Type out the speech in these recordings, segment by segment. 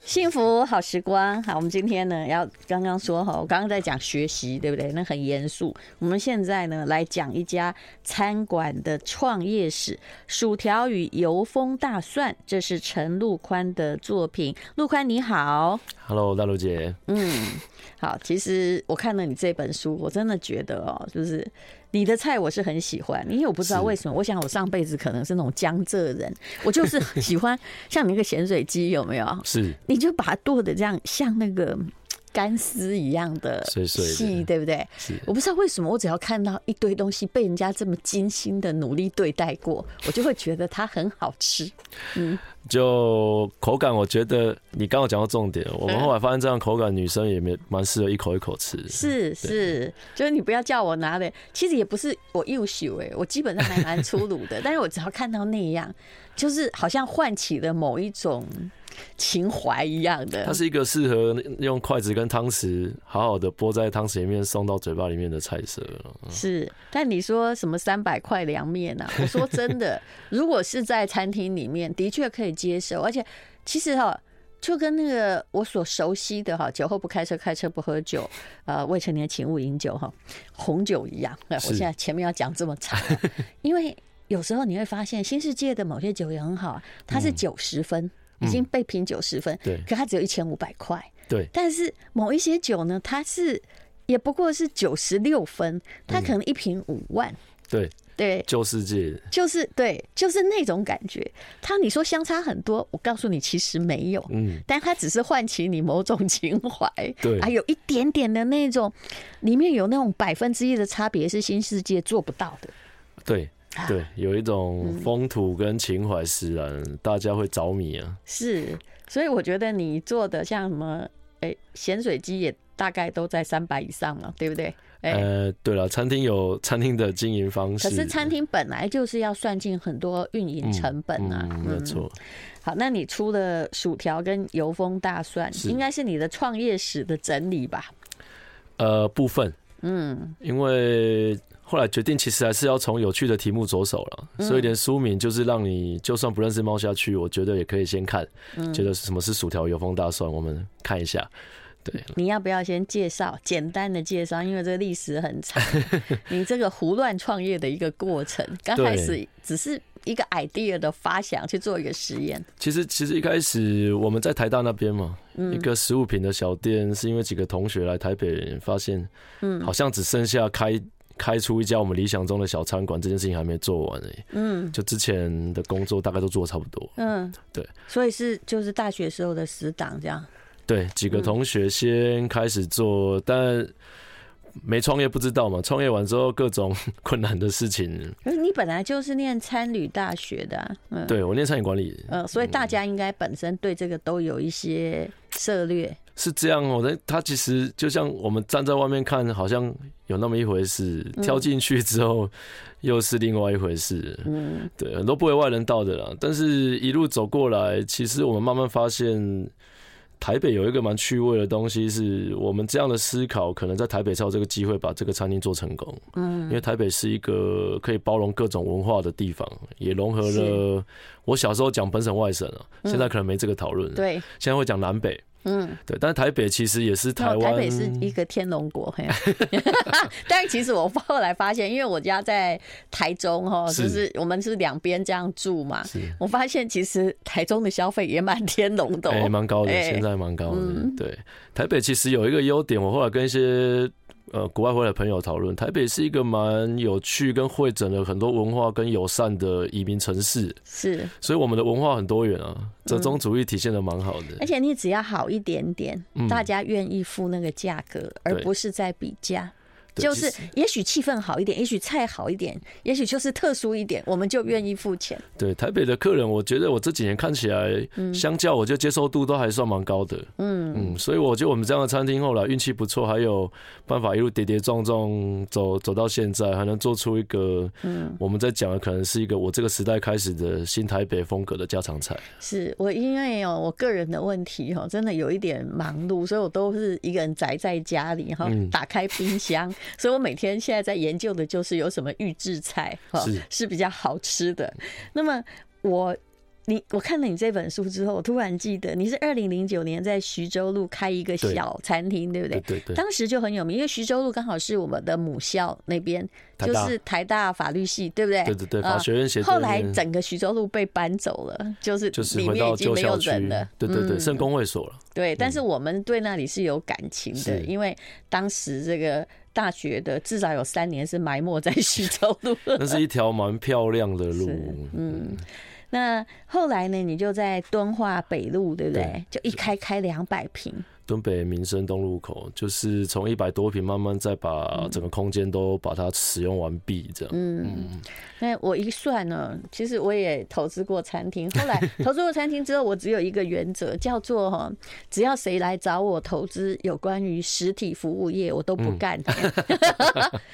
幸福好时光，好，我们今天呢要刚刚说哈，我刚刚在讲学习，对不对？那很严肃。我们现在呢来讲一家餐馆的创业史，薯条与油封大蒜，这是陈陆宽的作品。陆宽你好， Hello，大陆姐，嗯，好，其实我看了你这本书，我真的觉得哦，就是你的菜我是很喜欢，因为我不知道是为什么，我想我上辈子可能是那种江浙人，我就是喜欢像你那个咸水鸡有没有？是你就把它剁的这样像那个嗯干丝一样的碎碎的细，对不对？是，我不知道为什么，我只要看到一堆东西被人家这么精心的努力对待 过，我就会觉得它很好吃。就口感，我觉得你刚刚讲到重点，我们嗯后来发现这样口感，女生也没蛮适合一口一口吃。是是，就是你不要叫我拿的，其实也不是我幼秀哎，我基本上还蛮粗鲁的，但 是我只要看到那样，就是好像唤起了某一种情怀一样的它。是一个适合用筷子跟汤匙好好的拨在汤匙里面送到嘴巴里面的菜色。是，但你说什么三百块凉面 啊？我说真的，如果是在餐厅里面，的确可以接受，而且其实哈、就跟那个我所熟悉的哈，酒后不开车，开车不喝酒，呃，未成年请勿饮酒哈，红酒一样。呃我是现在前面要讲这么 长啊，因为有时候你会发现新世界的某些酒也很好啊，它是九十分，已经被评九十分，嗯对可它只有一千五百块。对，但是某一些酒呢，它是也不过是九十六分，它可能一瓶五万，对，嗯对，旧世界就是对，就是那种感觉。它你说相差很多，我告诉你，其实没有。嗯，但它只是唤起你某种情怀，对还有一点点的那种，里面有那种百分之一的差别是新世界做不到的。对啊对，有一嗯种风土跟情怀使然，大家会着迷啊。是，所以我觉得你做的像什么，哎、咸水鸡也大概都在三百以上嘛，对不对？哎、呃，对了，餐厅有餐厅的经营方式，可是餐厅本来就是要算进很多运营成本啊。嗯没错，好，那你出了薯条跟油封大蒜，是嗯应该是你的创业史的整理吧？呃，部分。嗯，因为后来决定其实还是要从有趣的题目着手了，所以连书名就是让你就算不认识猫下去，我觉得也可以先看，觉得什么是薯条油封大蒜，我们看一下。你要不要先介绍简单的介绍？因为这个历史很长，你这个胡乱创业的一个过程，刚开始只是一个 idea 的发想去做一个实验，其实其实一开始我们在台大那边嘛，嗯一个十五平的小店，是因为几个同学来台北发现，嗯，好像只剩下开。开出一家我们理想中的小餐馆，这件事情还没做完而已。嗯，就之前的工作大概都做的差不多。嗯，对，所以是就是大学时候的死党这样。对，几个同学先开始做，但没创业不知道嘛，创业完之后各种 困难的事情。可是你本来就是念参旅大学的、啊，嗯，对我念餐饮管理呃，所以嗯大家应该本身对这个都有一些策略，是这样哦，但它其实就像我们站在外面看，好像有那么一回事，跳进去之后又是另外一回事。嗯，对，很多不为外人道的啦。但是一路走过来，其实我们慢慢发现，台北有一个蛮趣味的东西，是我们这样的思考，可能在台北才有这个机会把这个餐厅做成功。嗯，因为台北是一个可以包容各种文化的地方，也融合了我小时候讲本省外省啊，现在可能没这个讨论。，嗯对，现在会讲南北。嗯，对，但是台北其实也是台那湾，哦台北是一个天龙国， 嘿啊但其实我后来发现，因为我家在台中哈，是就是我们是两边这样住嘛，是我发现其实台中的消费也蛮天龙的、哎、哦，蛮高的，哎嗯现在蛮高的。对，台北其实有一个优点，我后来跟一些呃国外回来的朋友讨论，台北是一个蛮有趣跟汇整了很多文化跟友善的移民城市，是，所以我们的文化很多元啊，嗯折中主义体现的蛮好的。而且你只要好一点点，大家愿意付那个价格，而嗯对不是在比价。对就其是实，也许气氛好一点，也许菜好一点，也许就是特殊一点，我们就愿意付钱。对台北的客人，我觉得我这几年看起来，嗯相较我觉得接受度都还算蛮高的。嗯嗯，所以我觉得我们这样的餐厅后来运气不错，还有办法一路跌跌撞撞走走到现在，还能做出一个，嗯，我们在讲的可能是一个我这个时代开始的新台北风格的家常菜。是我因为哦，我个人的问题哦，真的有一点忙碌，所以我都是一个人宅在家里哈，嗯打开冰箱，所以我每天现在在研究的就是有什么预制菜哈是是比较好吃的。那么我你我看了你这本书之后，我突然记得你是二零零九年在徐州路开一个对小餐厅，对不对对？对对，当时就很有名，因为徐州路刚好是我们的母校那边，台就大是台大法律系，对不对？对对对，啊法学院斜对后来面整个徐州路被搬走了，就是就是里回面到已经旧没有校区人了。，对对对，嗯圣公会所了，对，但是我们对那里是有感情的，是因为当时这个大学的至少有三年是埋没在徐州路。那是一条蛮漂亮的路是，嗯， 那后来呢，你就在敦化北路，对不对？就一开开两百平，敦北民生东路口，就是从一百多平慢慢再把整个空间都把它使用完毕，这样。嗯，那我一算呢，其实我也投资过餐 厅。后来投资过餐厅之后，我只有一个原则，叫做哈，只要谁来找我投资有关于实体服务业，我都不 干。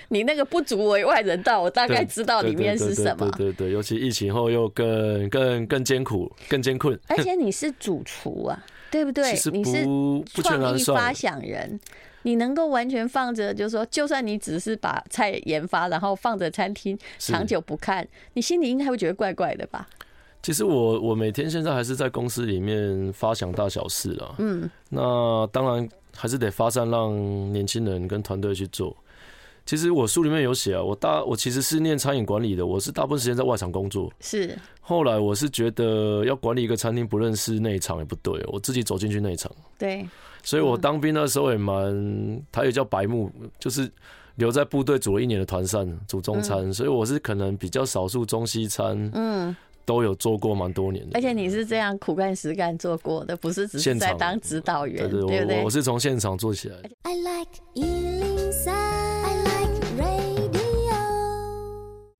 你那个不足为外人道，我大概对知道里面是什么对。对对对对对，尤其疫情后又更更更艰苦、更艰困。而且你是主厨啊，对不对其实？你是不不全创然意发算，想人，你能够完全放着，就是说，就算你只是把菜研发，然后放着餐厅是长久不看，你心里应该会觉得怪怪的吧？其实我我每天现在还是在公司里面发想大小事啦。嗯，那当然还是得发散，让年轻人跟团队去做。其实我书里面有写啊，我大我其实是念餐饮管理的，我是大部分时间在外场工作。是，后来我是觉得要管理一个餐厅，不认识内场也不对，我自己走进去内场，对，所以我当兵那时候也蛮，他也叫白目，就是留在部队煮了一年的团膳，煮中餐，所以我是可能比较少数中西餐嗯，都有做过蛮多年的而。且你是这样苦干实干做过的，不是只是现在场当指导员，对不我对我我？是从现场做起来的。 I like Ealing Sound. I like radio.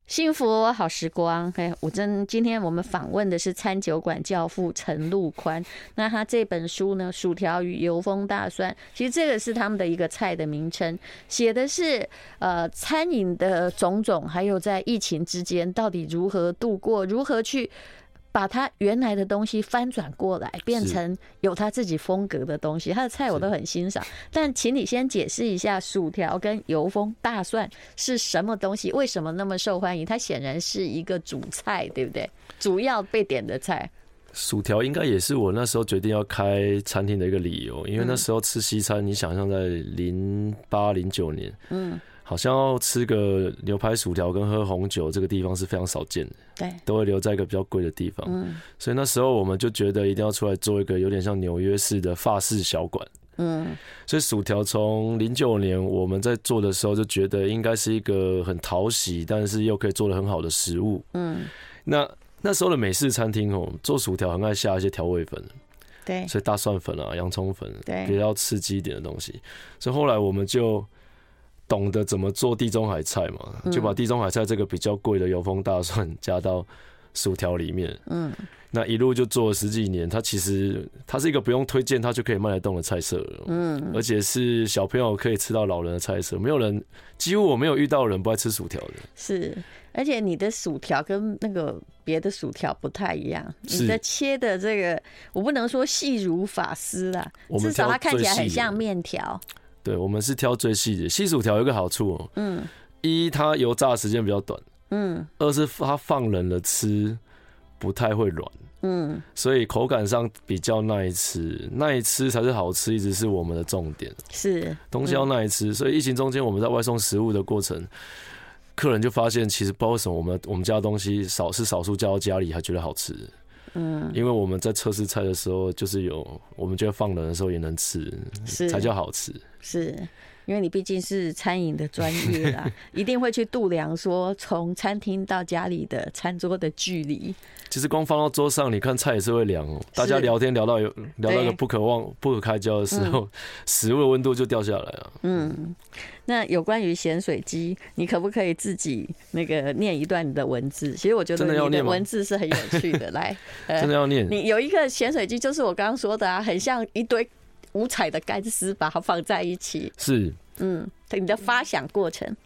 幸福好时光，嘿，我真今天我们访问的是餐酒馆教父陈陆宽，那他这本书呢，《薯条与油封大蒜》，其实这个是他们的一个菜的名称，写的是呃餐饮的种种，还有在疫情之间到底如何度过，如何去。把它原来的东西翻转过来，变是成有他自己风格的东西。他的菜我都很欣赏，但请你先解释一下薯条跟油封大蒜是什么东西？为什么那么受欢迎？它显然是一个主菜，对不对？主要被点的菜，薯条应该也是我那时候决定要开餐厅的一个理由，因为嗯那时候吃西餐，你想象在零八零九年，嗯，好像要吃个牛排、薯条跟喝红酒，这个地方是非常少见的，对，都会留在一个比较贵的地方，嗯所以那时候我们就觉得一定要出来做一个有点像纽约式的法式小馆。嗯，所以薯条从零九年我们在做的时候就觉得应该是一个很讨喜，但是又可以做的很好的食物。嗯，那那时候的美式餐厅哦，做薯条很爱下一些调味粉，对，所以大蒜粉啊、洋葱粉哎对比较刺激一点的东西。所以后来我们就懂得怎么做地中海菜嘛，就把地中海菜这个比较贵的油封大蒜加到薯条里面。嗯，那一路就做了十几年，它其实它是一个不用推荐它就可以卖得动的菜色了。嗯，而且是小朋友可以吃到老人的菜色，没有人几乎我没有遇到人不爱吃薯条的。是。而且你的薯条跟那个别的薯条不太一样，是你的切的这个，我不能说细如法丝啦，我们至少它挑看起来最很细的像面条。对，我们是挑最细的。细薯条有一个好处哦、嗯，一它油炸的时间比较短，嗯二是它放冷了吃不太会软，嗯，所以口感上比较耐吃，耐吃才是好吃，一直是我们的重点。是东西要耐吃，所以疫情中间我们在外送食物的过程，客人就发现其实不知道为什么我们我们家的东西少是少数叫到家里还觉得好吃，嗯，因为我们在测试菜的时候就是有我们觉得放冷的时候也能吃，是才叫好吃。是，因为你毕竟是餐饮的专业 啦，一定会去度量说从餐厅到家里的餐桌的距离。其实光放到桌上，你看菜也是会凉哦。大家是聊天聊到有聊到一对个不可忘、不可开交的时候，食物的温度就掉下来了。嗯，那有关于咸水鸡，你可不可以自己那个念一段你的文字？其实我觉得真的你要的念吗文字是很有趣 的。来，呃真的要念，你有一个咸水鸡，就是我刚刚说的啊，很像一堆五彩的干丝，把它放在一起。是嗯，你的发想过程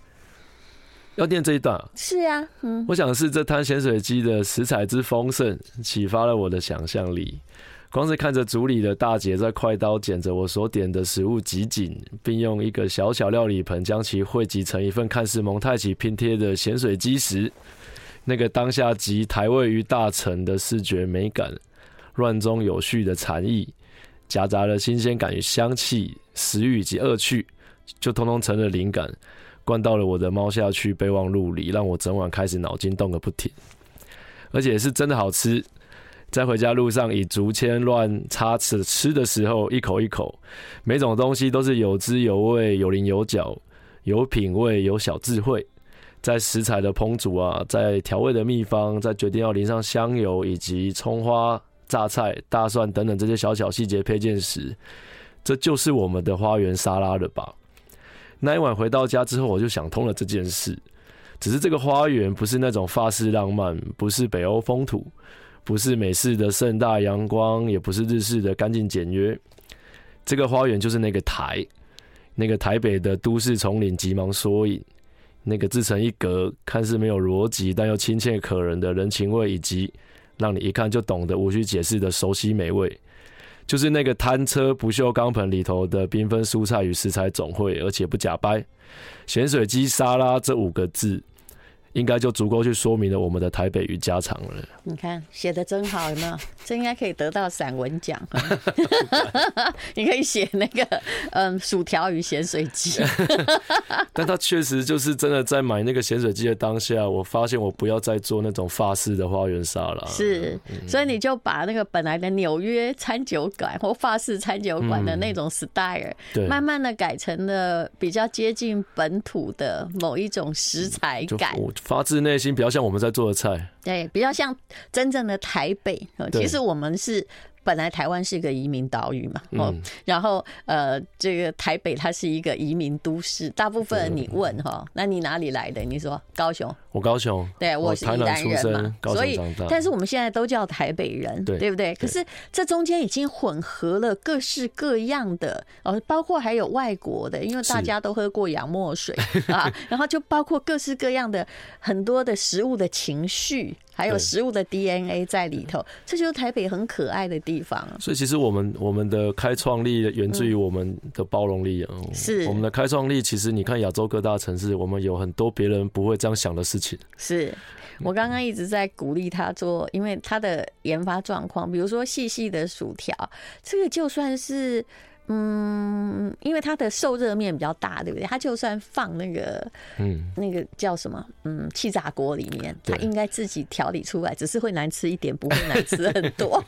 要念这一段啊。是啊，嗯，我想是这摊咸水鸡的食材之丰盛，启发了我的想象力。光是看着组里的大姐在快刀剪着我所点的食物集锦，并用一个小小料理盆将其汇集成一份看似蒙太奇拼贴的咸水鸡时，那个当下集台位于大城的视觉美感，乱中有序的禅意，夹杂了新鲜感与香气、食欲以及恶趣，就通通成了灵感，灌到了我的猫下去备忘录里，让我整晚开始脑筋动个不停，而且是真的好吃。在回家路上以竹签乱插吃吃的时候，一口一口，每种东西都是有滋有味、有棱有角、有品味、有小智慧。在食材的烹煮啊，在调味的秘方，在决定要淋上香油以及葱花、榨菜、大蒜等等这些小小细节配件时，这就是我们的花园沙拉了吧？那一晚回到家之后，我就想通了这件事。只是这个花园不是那种法式浪漫，不是北欧风土，不是美式的盛大阳光，也不是日式的干净简约。这个花园就是那个台，那个台北的都市丛林急忙缩影，那个自成一格，看似没有逻辑但又亲切可人的人情味，以及让你一看就懂得无需解释的熟悉美味，就是那个摊车不锈钢盆里头的缤纷蔬菜与食材总会，而且不假掰。咸水鸡沙拉这五个字，应该就足够去说明了我们的台北与家常了。你看写的真好，有没 有？这应该可以得到散文奖。 你可以写那个嗯，薯条与咸水鸡。但他确实就是真的在买那个咸水鸡的当下，我发现我不要再做那种法式的花园沙拉。是，嗯所以你就把那个本来的纽约餐酒馆或法式餐酒馆的那种 style，、嗯对，慢慢的改成了比较接近本土的某一种食材就感，我发自内心比较像我们在做的菜。对，比较像真正的台北。呃对其实我们是。本来台湾是一个移民岛屿嘛，哦，嗯然后呃，这个台北它是一个移民都市，大部分人你问哈，那你哪里来的？你说高雄，我高雄，对，我是哦台宜南兰出人生嘛，，高所雄以长大。但是我们现在都叫台北人，对不对？可是这中间已经混合了各式各样的，哦，包括还有外国的，因为大是家都喝过洋墨水 啊，然后就包括各式各样的很多的食物的情绪，还有对食物的 DNA 在里头，这就是台北很可爱的地方啊。所以其实我们我们的开创力源嗯自于我们的包容力啊，是我们的开创力。其实你看亚洲各大城市，我们有很多别人不会这样想的事情。是我刚刚一直在鼓励他做，因为他的研发状况，比如说细细的薯条，这个就算是。嗯，因为它的受热面比较大，对不对？它就算放那个嗯，那个叫什么，嗯，气炸锅里面，它对应该自己调理出来，只是会难吃一点，不会难吃很 多。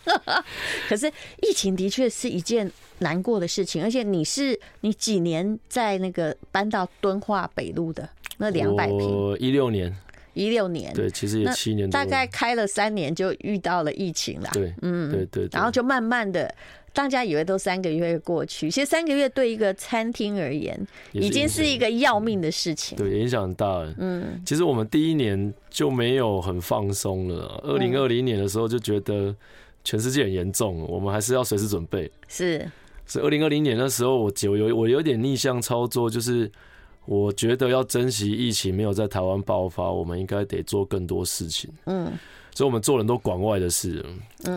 可是疫情的确是一件难过的事情，而且你是你几年在那个搬到敦化北路的那两百平，我一六年，一六年，对，其实那也七年多大了，概开了三年就遇到了疫情啦，嗯对，嗯，对对，对然后就慢慢的，大家以为都三个月过去，其实三个月对一个餐厅而言，也已经影是响一个要命的事情。对，影响很大。嗯，其实我们第一年就没有很放松了啊。二零二零年的时候就觉得全世界很严重，我们还是要随时准备。是，所以二零二零年那时候，我有有我有点逆向操作，就是我觉得要珍惜疫情没有在台湾爆发，我们应该得做更多事情。嗯，所以我们做了很多馆外的事，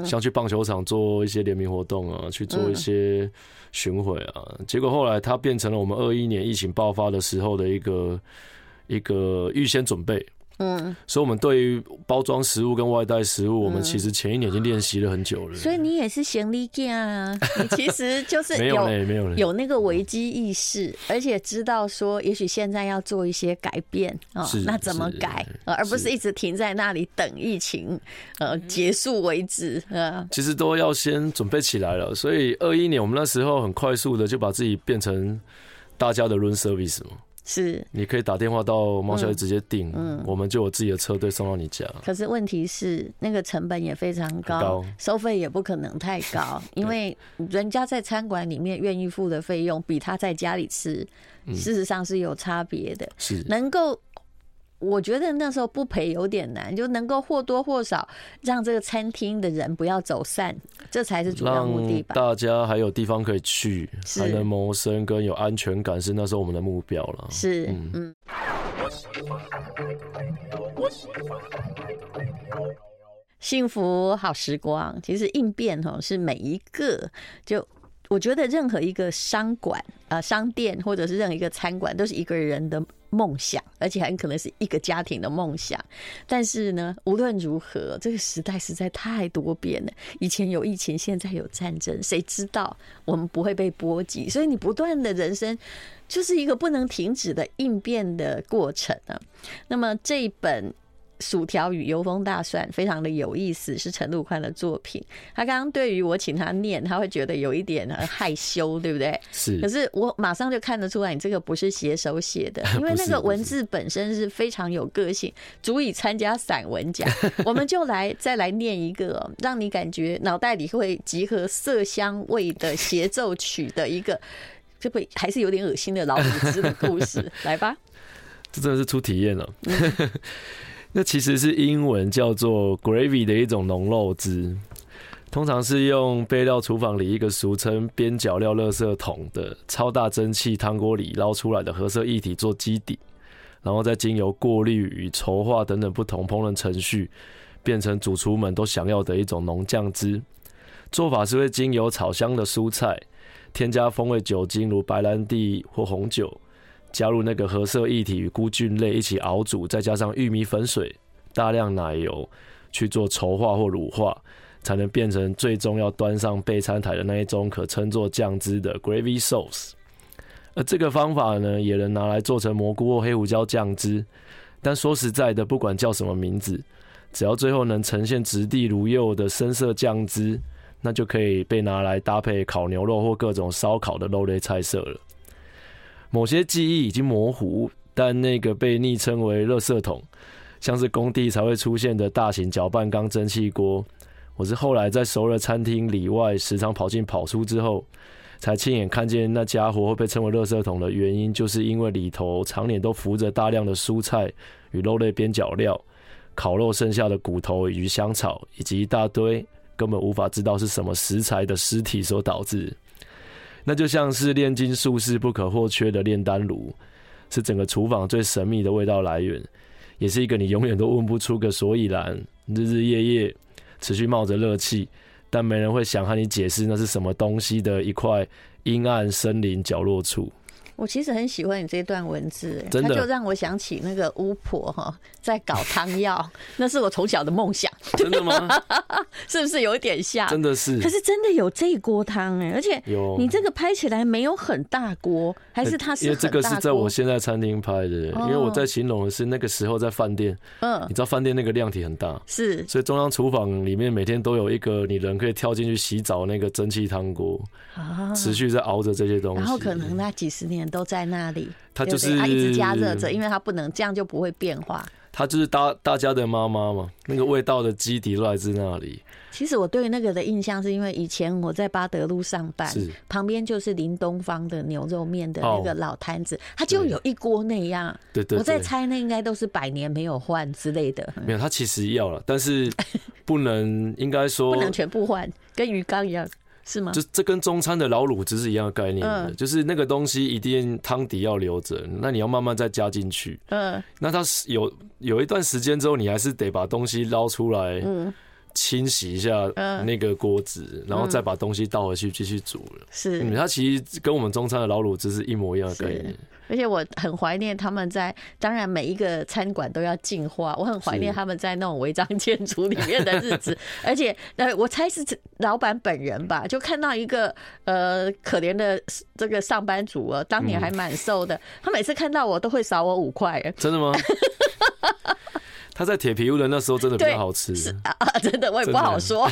像去棒球场做一些联名活动啊，去做一些巡回啊。嗯结果后来它变成了我们二一年疫情爆发的时候的一个一个预先准备。嗯，所以我们对于包装食物跟外带食物，我们其实前一年已经练习了很久嗯了。所以你也是贤利健啊，你其实就是 没有嘞，没有嘞，有那个危机意识，而且知道说，也许现在要做一些改变啊、是那怎么是改、呃而不是是嗯一直停在那里等疫情呃结束为止呃，其实都要先准备起来了。所以二一年我们那时候很快速的就把自己变成大家的 room service 嘛，是。你可以打电话到猫小姐直接订，嗯我们就有自己的车队送到你家。可是问题是，那个成本也非常高，很高收费也不可能太 高，因为人家在餐馆里面愿意付的费用，比他在家里吃，嗯事实上是有差别的。是能够，我觉得那时候不赔有点难，就能够或多或少让这个餐厅的人不要走散，这才是主要目的让吧。大家还有地方可以去，是还能谋生跟有安全感，是那时候我们的目标了。是，嗯。幸福好时光，其实应变哦是每一个就。我觉得任何一个商馆、呃商店或者是任何一个餐馆，都是一个人的梦想，而且很可能是一个家庭的梦想。但是呢，无论如何，这个时代实在太多变了。以前有疫情，现在有战争，谁知道我们不会被波及？所以你不断的人生就是一个不能停止的应变的过程啊。那么这一本。薯条与油封大蒜非常的有意思，是陈陆宽的作品。他刚刚对于我请他念，他会觉得有一点呃害羞，对不对？是可是我马上就看得出来，你这个不是写手写 的，因为那个文字本身是非常有个性，足以参加散文 奖。我们就来再来念一个哦，让你感觉脑袋里会集合色香味的协奏曲的一个，这不还是有点恶心的老虎子的故事，来 吧。这真的是出体验了。 那其实是英文叫做 gravy 的一种浓肉汁，通常是用备料厨房里一个俗称“边角料垃圾桶”的超大蒸汽汤锅里捞出来的褐色液体做基底，然后再经由过滤与稠化等等不同烹饪程序，变成主厨们都想要的一种浓酱汁。做法是会经由炒香的蔬菜，添加风味酒精如白兰地或红酒，加入那个褐色液体与菇菌类一起熬煮，再加上玉米粉水、大量奶油去做稠化或乳化，才能变成最终要端上备餐台的那一种可称作酱汁的 gravy sauce。而这个方法呢，也能拿来做成蘑菇或黑胡椒酱汁。但说实在的，不管叫什么名字，只要最后能呈现质地如釉的深色酱汁，那就可以被拿来搭配烤牛肉或各种烧烤的肉类菜色了。某些记忆已经模糊，但那个被昵称为“垃圾桶”，像是工地才会出现的大型搅拌缸、蒸汽锅，我是后来在熟了餐厅里外，时常跑进跑出之后，才亲眼看见那家伙会被称为“垃圾桶”的原因，就是因为里头常年都浮着大量的蔬菜与肉类边角料、烤肉剩下的骨头与香草，以及一大堆根本无法知道是什么食材的尸体所导致。那就像是炼金术士不可或缺的炼丹炉，是整个厨房最神秘的味道来源，也是一个你永远都问不出个所以然，日日夜夜持续冒着热气，但没人会想和你解释那是什么东西的一块阴暗森林角落处。我其实很喜欢你这段文字，它真的就让我想起那个巫婆哈，在搞汤药，那是我从小的梦想，真的吗？是不是有一点像？真的是可。是真的有这一锅汤哎，而且有 你这个拍起来没有很大锅，还是它呃因是为哎这很个是大在我锅？现在餐厅拍的，因为我在形容的是那个时候在饭店，嗯你，知道饭店那个量体很大，是所以中央厨房里面每天都有一个你人可以跳进去洗澡那个蒸汽汤锅，啊。持续在熬着这些东西。然后可能那几十年都在那里，它对就不对是它一直加热着，因为它不能这样就不会变化。它就是大大家的妈妈嘛，那个味道的基底来自那里。其实我对那个的印象是因为以前我在巴德路上班是，旁边就是林东方的牛肉面的那个哦老摊子，它就对有一锅那样。对对我在对，猜那应该都是百年没有换之类的，没有，它其实要了，但是不能，应该说不能全部换，跟鱼缸一样，是吗？就这跟中餐的老卤汁是一样的概念的，嗯就是那个东西一定汤底要留着，那你要慢慢再加进去。嗯，那它是有有一段时间之后，你还是得把东西捞出来，清洗一下嗯那个锅子，然后再把东西倒回去继续煮了。是。嗯，它其实跟我们中餐的老卤汁是一模一样的概念是。，而且我很怀念他们在，当然每一个餐馆都要进化，我很怀念是他们在那种违章建筑里面的日子。而且，呃，我猜是老板本人吧，就看到一个呃可怜的这个上班族啊，当年还蛮瘦的，他每次看到我都会少我五块，真 的吗？它在铁皮屋的那时候真的比对较好吃，啊，真的我也不好说。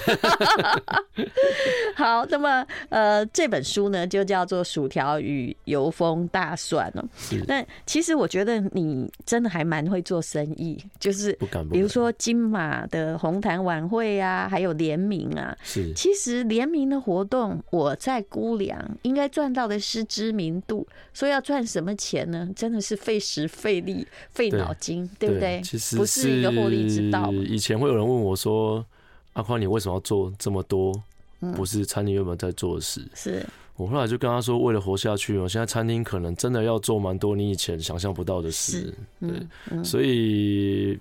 好，那么呃，这本书呢就叫做《薯条与油封大蒜》哦是。那其实我觉得你真的还蛮会做生意，就是不敢不敢。比如说金马的红毯晚会啊，还有联名啊。是其实联名的活动，我在估量应该赚到的是知名度，说要赚什么钱呢？真的是费时费力费脑筋，对不对？其实不是一个获利之道嘛。以前会有人问我说：“阿宽，你为什么要做这么多？嗯不是餐厅原本在做的事？”是我后来就跟他说：“为了活下去，哦我现在餐厅可能嗯真的要做蛮多你以前想象不到的事。”对，所以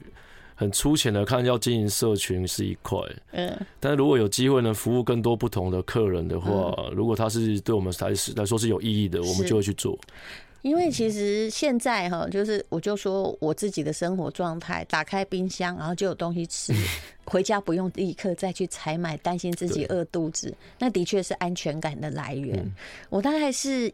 很粗浅的看要经营社群是一块，嗯但是如果有机会能服务更多不同的客人的话，如果他是对我们来来说是有意义的，我嗯们是就会去做。因为其实现在哈，就是我就说我自己的生活状态，打开冰箱然后就有东西吃，回家不用立刻再去采买，担心自己饿肚子，那的确是安全感的来源。我大概是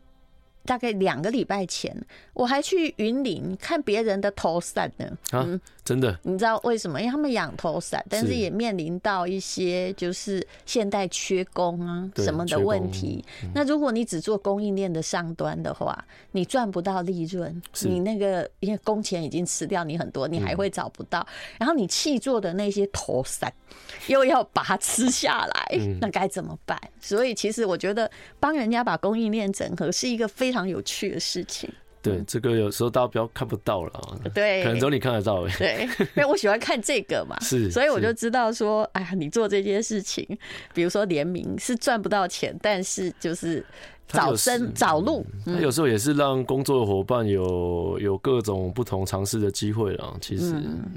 大概两个礼拜前，我还去云林看别人的头伞呢。啊，真的，你知道为什么？因为他们养头伞，但是是也面临到一些就是现代缺工啊对嗯什么的问题。那如果你只做供应链的上端的话，你赚不到利润，是嗯你那个因为工钱已经吃掉你很多，你还会找不到。然后你气做的那些头伞， 又要把它吃下来，嗯那该怎么办？所以其实我觉得帮人家把供应链整合是一个非常有趣的事情。嗯对，这个有时候大家不要看不到了，对，可能只有你看得到、欸。 对，因为我喜欢看这个嘛，是所以我是就知道说，哎呀，你做这件事情，比如说联名是赚不到钱，但是就是它找有嗯时生找路，那有时候也是让工作伙伴有有各种不同尝试的机会啦。其实，嗯，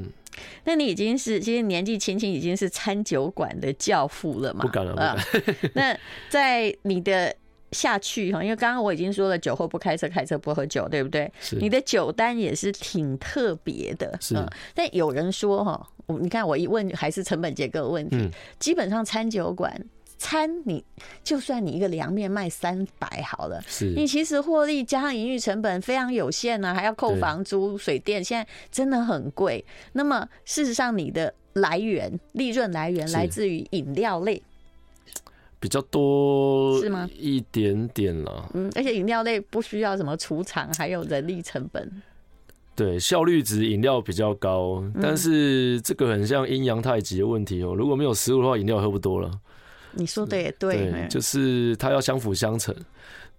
那你已经是，其实年纪轻轻已经是餐酒馆的教父了嘛？不敢了不啊敢那在你的下去哈，因为刚刚我已经说了，酒后不开车，开车不喝酒，对不对？是你的啊酒单也是挺特别的，嗯是但有人说哈，我你看我一问还是成本结构的问题，嗯基本上餐酒馆餐你就算你一个凉面卖三百好了，你是其实获利加上营运成本非常有限啊呢、还要扣对房租、水电，现在真的很贵。那么事实上，你的来源利润来源是来自于饮料类，比较多是吗一点点啦。嗯，而且饮料类不需要什么储藏，还有人力成本。对，效率值饮料比较高，嗯但是这个很像阴阳太极的问题哦、如果没有食物的话，饮料也喝不多了。你说的也对，嗯就是它要相辅相成。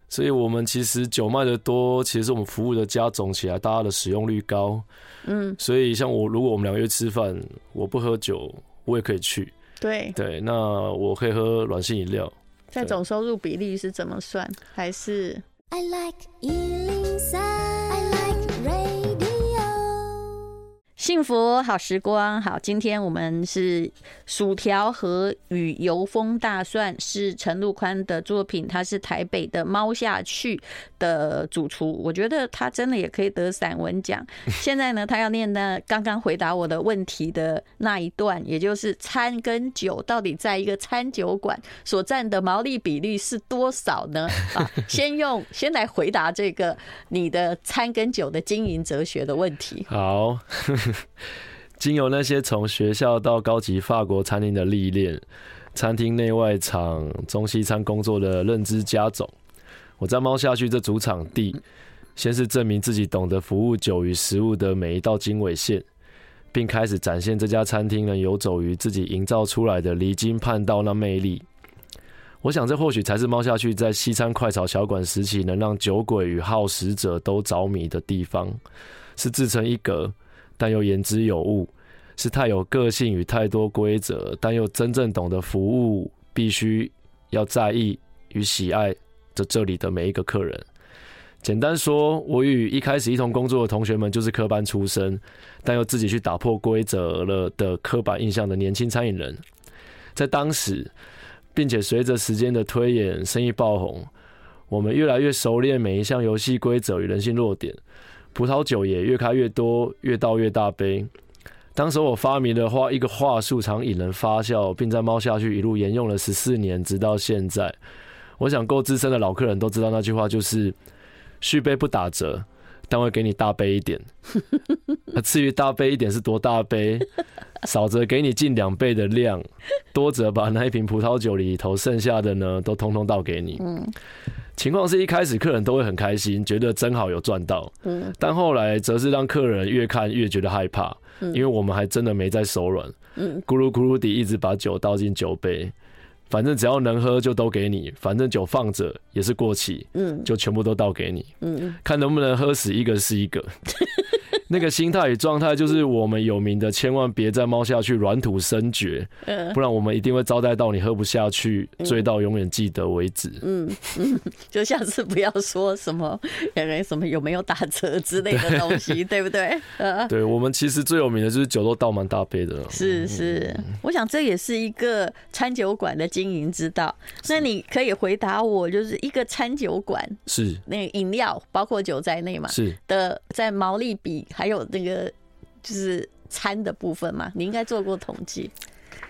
所以我们其实酒卖的多，其实我们服务的加总起来，大家的使用率高。嗯，所以像我，如果我们两个约吃饭，我不喝酒，我也可以去。对。对，那我可以喝软性饮料。在总收入比例是怎么算？还是 I like Ealing Sound. I like radio. 幸福好时光，好，今天我们是薯条和与油封大蒜是陈陆宽的作品，他是台北的猫下去的主厨，我觉得他真的也可以得散文奖。现在呢，他要念的刚刚回答我的问题的那一段，也就是餐跟酒到底在一个餐酒馆所占的毛利比率是多少呢？啊，先用先来回答这个你的餐跟酒的经营哲学的问题。好，经由那些从学校到高级法国餐厅的历练，餐厅内外场中西餐工作的认知加总，我在猫下去这主场地，先是证明自己懂得服务酒与食物的每一道经纬线，并开始展现这家餐厅能游走于自己营造出来的离经叛道那魅力。我想，这或许才是猫下去在西餐快炒小馆时期能让酒鬼与好食者都着迷的地方。是自成一格，但又言之有物；是太有个性与太多规则，但又真正懂得服务必须要在意与喜爱着这里的每一个客人。简单说，我与一开始一同工作的同学们就是科班出身，但又自己去打破规则了的刻板印象的年轻餐饮人，在当时，并且随着时间的推演，生意爆红，我们越来越熟练每一项游戏规则与人性弱点。葡萄酒也越开越多，越倒越大杯。当时我发明的话，一个话术常引人发笑，并在猫下去一路沿用了十四年，直到现在。我想够资深的老客人都知道那句话就是“续杯不打折”，但会给你大杯一点。那至于大杯一点是多大杯，少则给你近两倍的量，多则把那一瓶葡萄酒里头剩下的呢，都通通倒给你。情况是一开始客人都会很开心，觉得真好有赚到，但后来则是让客人越看越觉得害怕，嗯因为我们还真的没在手软，咕噜咕噜地一直把酒倒进酒杯，反正只要能喝就都给你，反正酒放着也嗯 是过期，就全部都倒给你，看能不能喝死一个是一个。那个心态与状态，就是我们有名的，千万别再猫下去软土生绝，嗯不然我们一定会招待到你喝不下去，醉到永远记得为止。嗯嗯，就下次不要说什么呃什么有没有打折之类的东西， 对不对？呃，对我们其实最有名的就是酒都倒满大杯的了，是是，嗯我想这也是一个餐酒馆的经营之道。那你可以回答我，就是一个餐酒馆是那个饮料，包括酒在内嘛是，的，在毛利比还有那个就是餐的部分嘛，你应该做过统计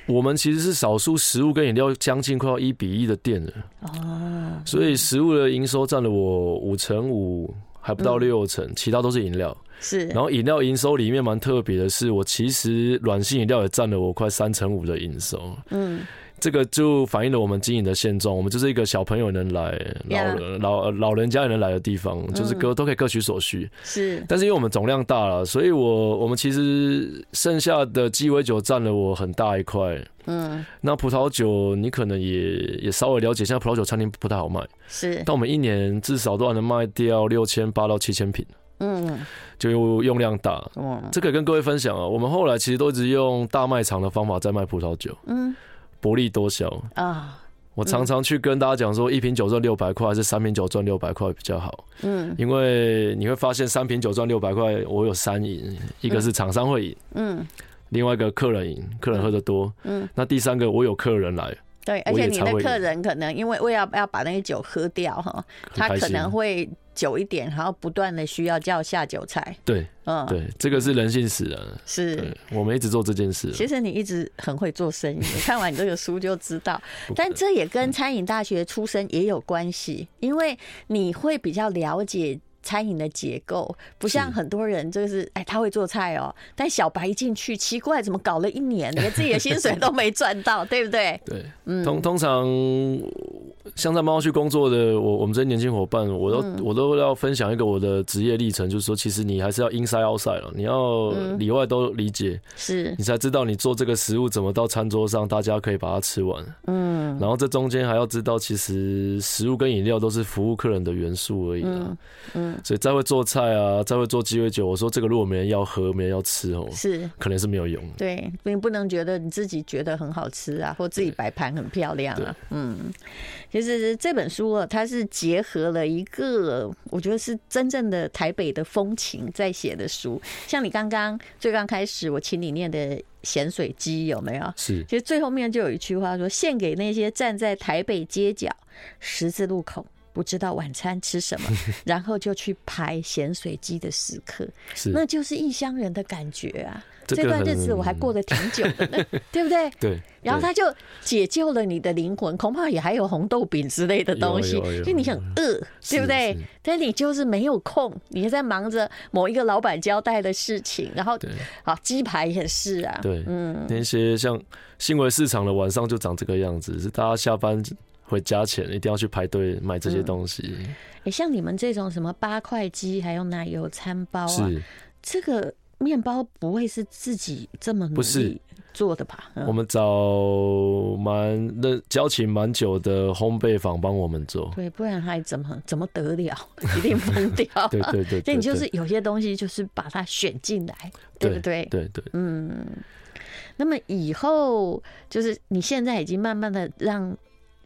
我们其实是少数食物跟饮料将近快要一比一的店了，哦。所以食物的营收占了我五成五，还不到六嗯成，其他都是饮料。是然后饮料营收里面蛮特别的是，我其实软性饮料也占了我快三成五的营收。嗯这个就反映了我们经营的现状。我们就是一个小朋友也能来，老 Yeah 嗯人老老人家也能来的地方，就是各都可以各取所需。是但是因为我们总量大了，所以我我们其实剩下的鸡尾酒占了我很大一块。嗯那葡萄酒你可能也也稍微了解，现在葡萄酒餐厅不太好卖，是但我们一年至少都还能卖掉六千八到七千瓶，嗯就用量大。嗯这个跟各位分享啊，我们后来其实都一直用大卖场的方法在卖葡萄酒，嗯薄利多销。啊我常常去跟大家讲说，一瓶酒赚六百块，还是三瓶酒赚六百块比较好？嗯因为你会发现，三瓶酒赚六百块，我有三赢，一个是厂商会赢，嗯另外一个客人赢，客人喝得多，嗯，那第三个我有客人来，对，而我且也你常的会客人可能因为为要要把那个酒喝掉哈，他很开可心。能会久一点，然后不断的需要叫下酒菜，对嗯，对，这个是人性使然，是对。我们一直做这件事，啊其实你一直很会做 生意，我看完你这个书就知道。不可但这也嗯跟餐饮大学出身也有关系，因为你会比较了解。餐饮的结构不像很多人，就是哎，他会做菜哦，嗯但小白一进去，奇怪，怎么搞了一年，连自己的薪水都没赚到， 对不 对？对，嗯通通常像在猫去工作的我，我们这些年轻伙伴，我都、嗯我都要分享一个我的职业历程，就是说，其实你还是要 inside outside 了，你要嗯里外都理解，是，你才知道你做这个食物怎么到餐桌上，大家可以把它吃完。嗯然后这中间还要知道，其实食物跟饮料都是服务客人的元素而已啦嗯。嗯，所以再会做菜啊，再会做鸡尾酒，我说这个如果没人要喝，没人要吃哦，是可能是没有用的。对，你不能觉得你自己觉得很好吃啊，或自己摆盘很漂亮啊。嗯，其实这本书啊，它是结合了一个我觉得是真正的台北的风情在写的书。像你刚刚最刚开始我请你念的咸水鸡有没有？是其实最后面就有一句话说：“献给那些站在台北街角十字路口。”不知道晚餐吃什么，然后就去排咸水鸡的食客，是，那就是异乡人的感觉啊！这这个段日子很我还过得挺久的 呢，对不对？对。然后对他就解救了你的灵魂，恐怕也还有红豆饼之类的东西，有有有就你很饿，对不对是？但你就是没有空，你在忙着某一个老板交代的事情，然后对啊，鸡排也是啊，对，那些像新闻市场的晚上就长这个样子，是大家下班回家前一定要去排队买嗯这些东西，诶像你们这种什么八块鸡，还有奶油餐包啊，是这个面包不会是自己这么努不是力做的吧？嗯我们找蛮那交情蛮久的烘焙坊帮我们做，对，不然还怎么怎么得了？ 一定疯掉啊。对对对 对所以你就是对有些东西就是把它选进来，对不对？对对，嗯。那么以后就是你现在已经慢慢的让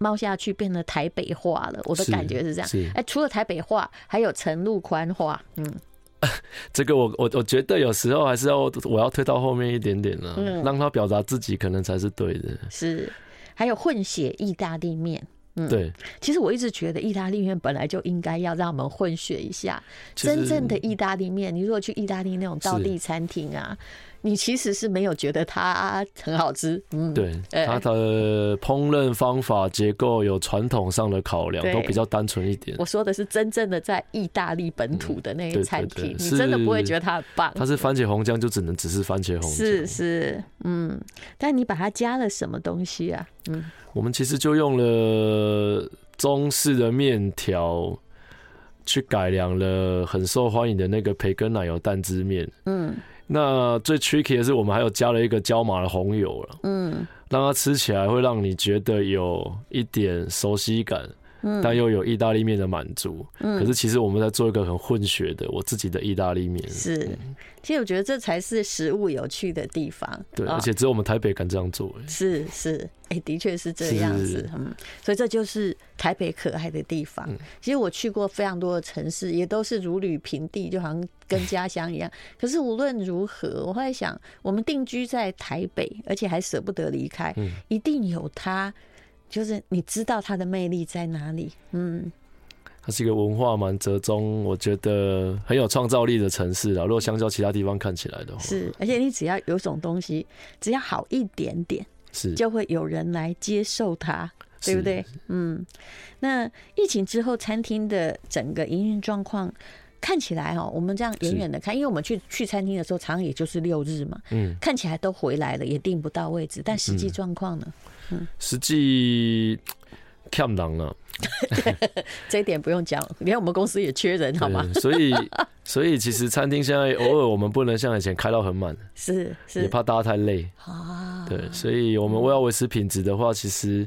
猫下去变得台北化了，我的是感觉是这样。是哎，除了台北化，还有城路宽化，嗯，这个我我我觉得有时候还是要我要推到后面一点点了、嗯让他表达自己可能才是对的，是，还有混血意大利面。对，其实我一直觉得意大利面本来就应该要让我们混血一下，其实真正的意大利面，你如果去意大利那种道地餐厅啊，你其实是没有觉得它很好吃，嗯，对哎他的烹饪方法结构有传统上的考量，对都比较单纯一点我。说的是真正的在意大利本土的那嗯些对餐对厅对，你真的是不会觉得它很棒。它是番茄红酱，就只能只是番茄红酱。嗯是是，嗯，但你把它加了什么东西啊？嗯，我们其实就用了中式的面条，去改良了很受欢迎的那个培根奶油蛋汁面。嗯那最 tricky 的是，我们还有加了一个椒麻的红油了，嗯让它吃起来会让你觉得有一点熟悉感，但又有意大利面的满足。可是其实我们在做一个很混血的我自己的意大利面，是，嗯其实我觉得这才是食物有趣的地方。对，啊而且只有我们台北敢这样做。欸是是，哎、的确是这是样是子是，嗯嗯，所以这就是台北可爱的地方。其实我去过非常多的城市，也都是如履平地，就好像跟家乡一 样。可是无论如何，我后来想，我们定居在台北，而且还舍不得离开，嗯一定有它，就是你知道它的魅力在哪里。嗯，它是一个文化蛮折中，我觉得很有创造力的城市啦。如果相较其他地方看起来的话，是，而且你只要有种东西，只要好一点点。是就会有人来接受它，对不是对？嗯，那疫情之后，餐厅的整个营运状况。看起来哦，我们这样远是远的看，因为我们去去餐厅的时候，常常也就是六日嘛，嗯，看起来都回来了，也订不到位置，但实际状况呢，实际看狼了，这一点不用讲，连我们公司也缺人，好吗？对所以 所以其实餐厅现在偶尔我们不能像以前开到很满，是也是怕大家太累。啊，对，所以我们为要维持品质的话，其实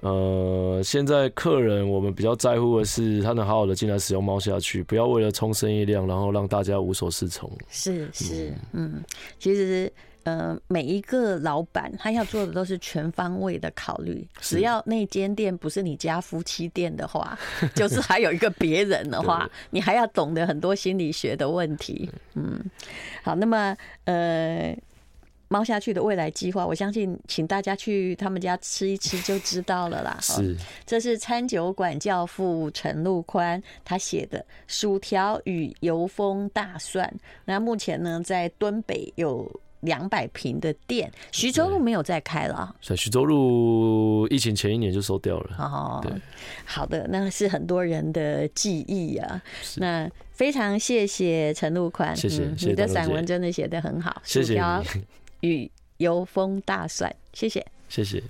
呃，现在客人我们比较在乎的是他能好好的进来使用猫下去，不要为了冲生意量，然后让大家无所适从。是是，嗯，其实呃，每一个老板他要做的都是全方位的考虑，是只要那间店不是你家夫妻店的话， 就是还有一个别人的话，你还要懂得很多心理学的问题。嗯，好，那么呃。猫下去的未来计划，我相信请大家去他们家吃一吃就知道了啦。哦是，这是餐酒馆教父陈陆宽他写的《薯条与油封大蒜》。那目前呢，在敦北有两百平的店，徐州路没有再开了啊所以徐州路疫情前一年就收掉了。哦对。好的，那是很多人的记忆啊。那非常谢谢陈陆宽，嗯谢谢谢谢你的丹露散姐文真的写得很好，谢薯谢条你，与油封大蒜》，谢谢。谢谢。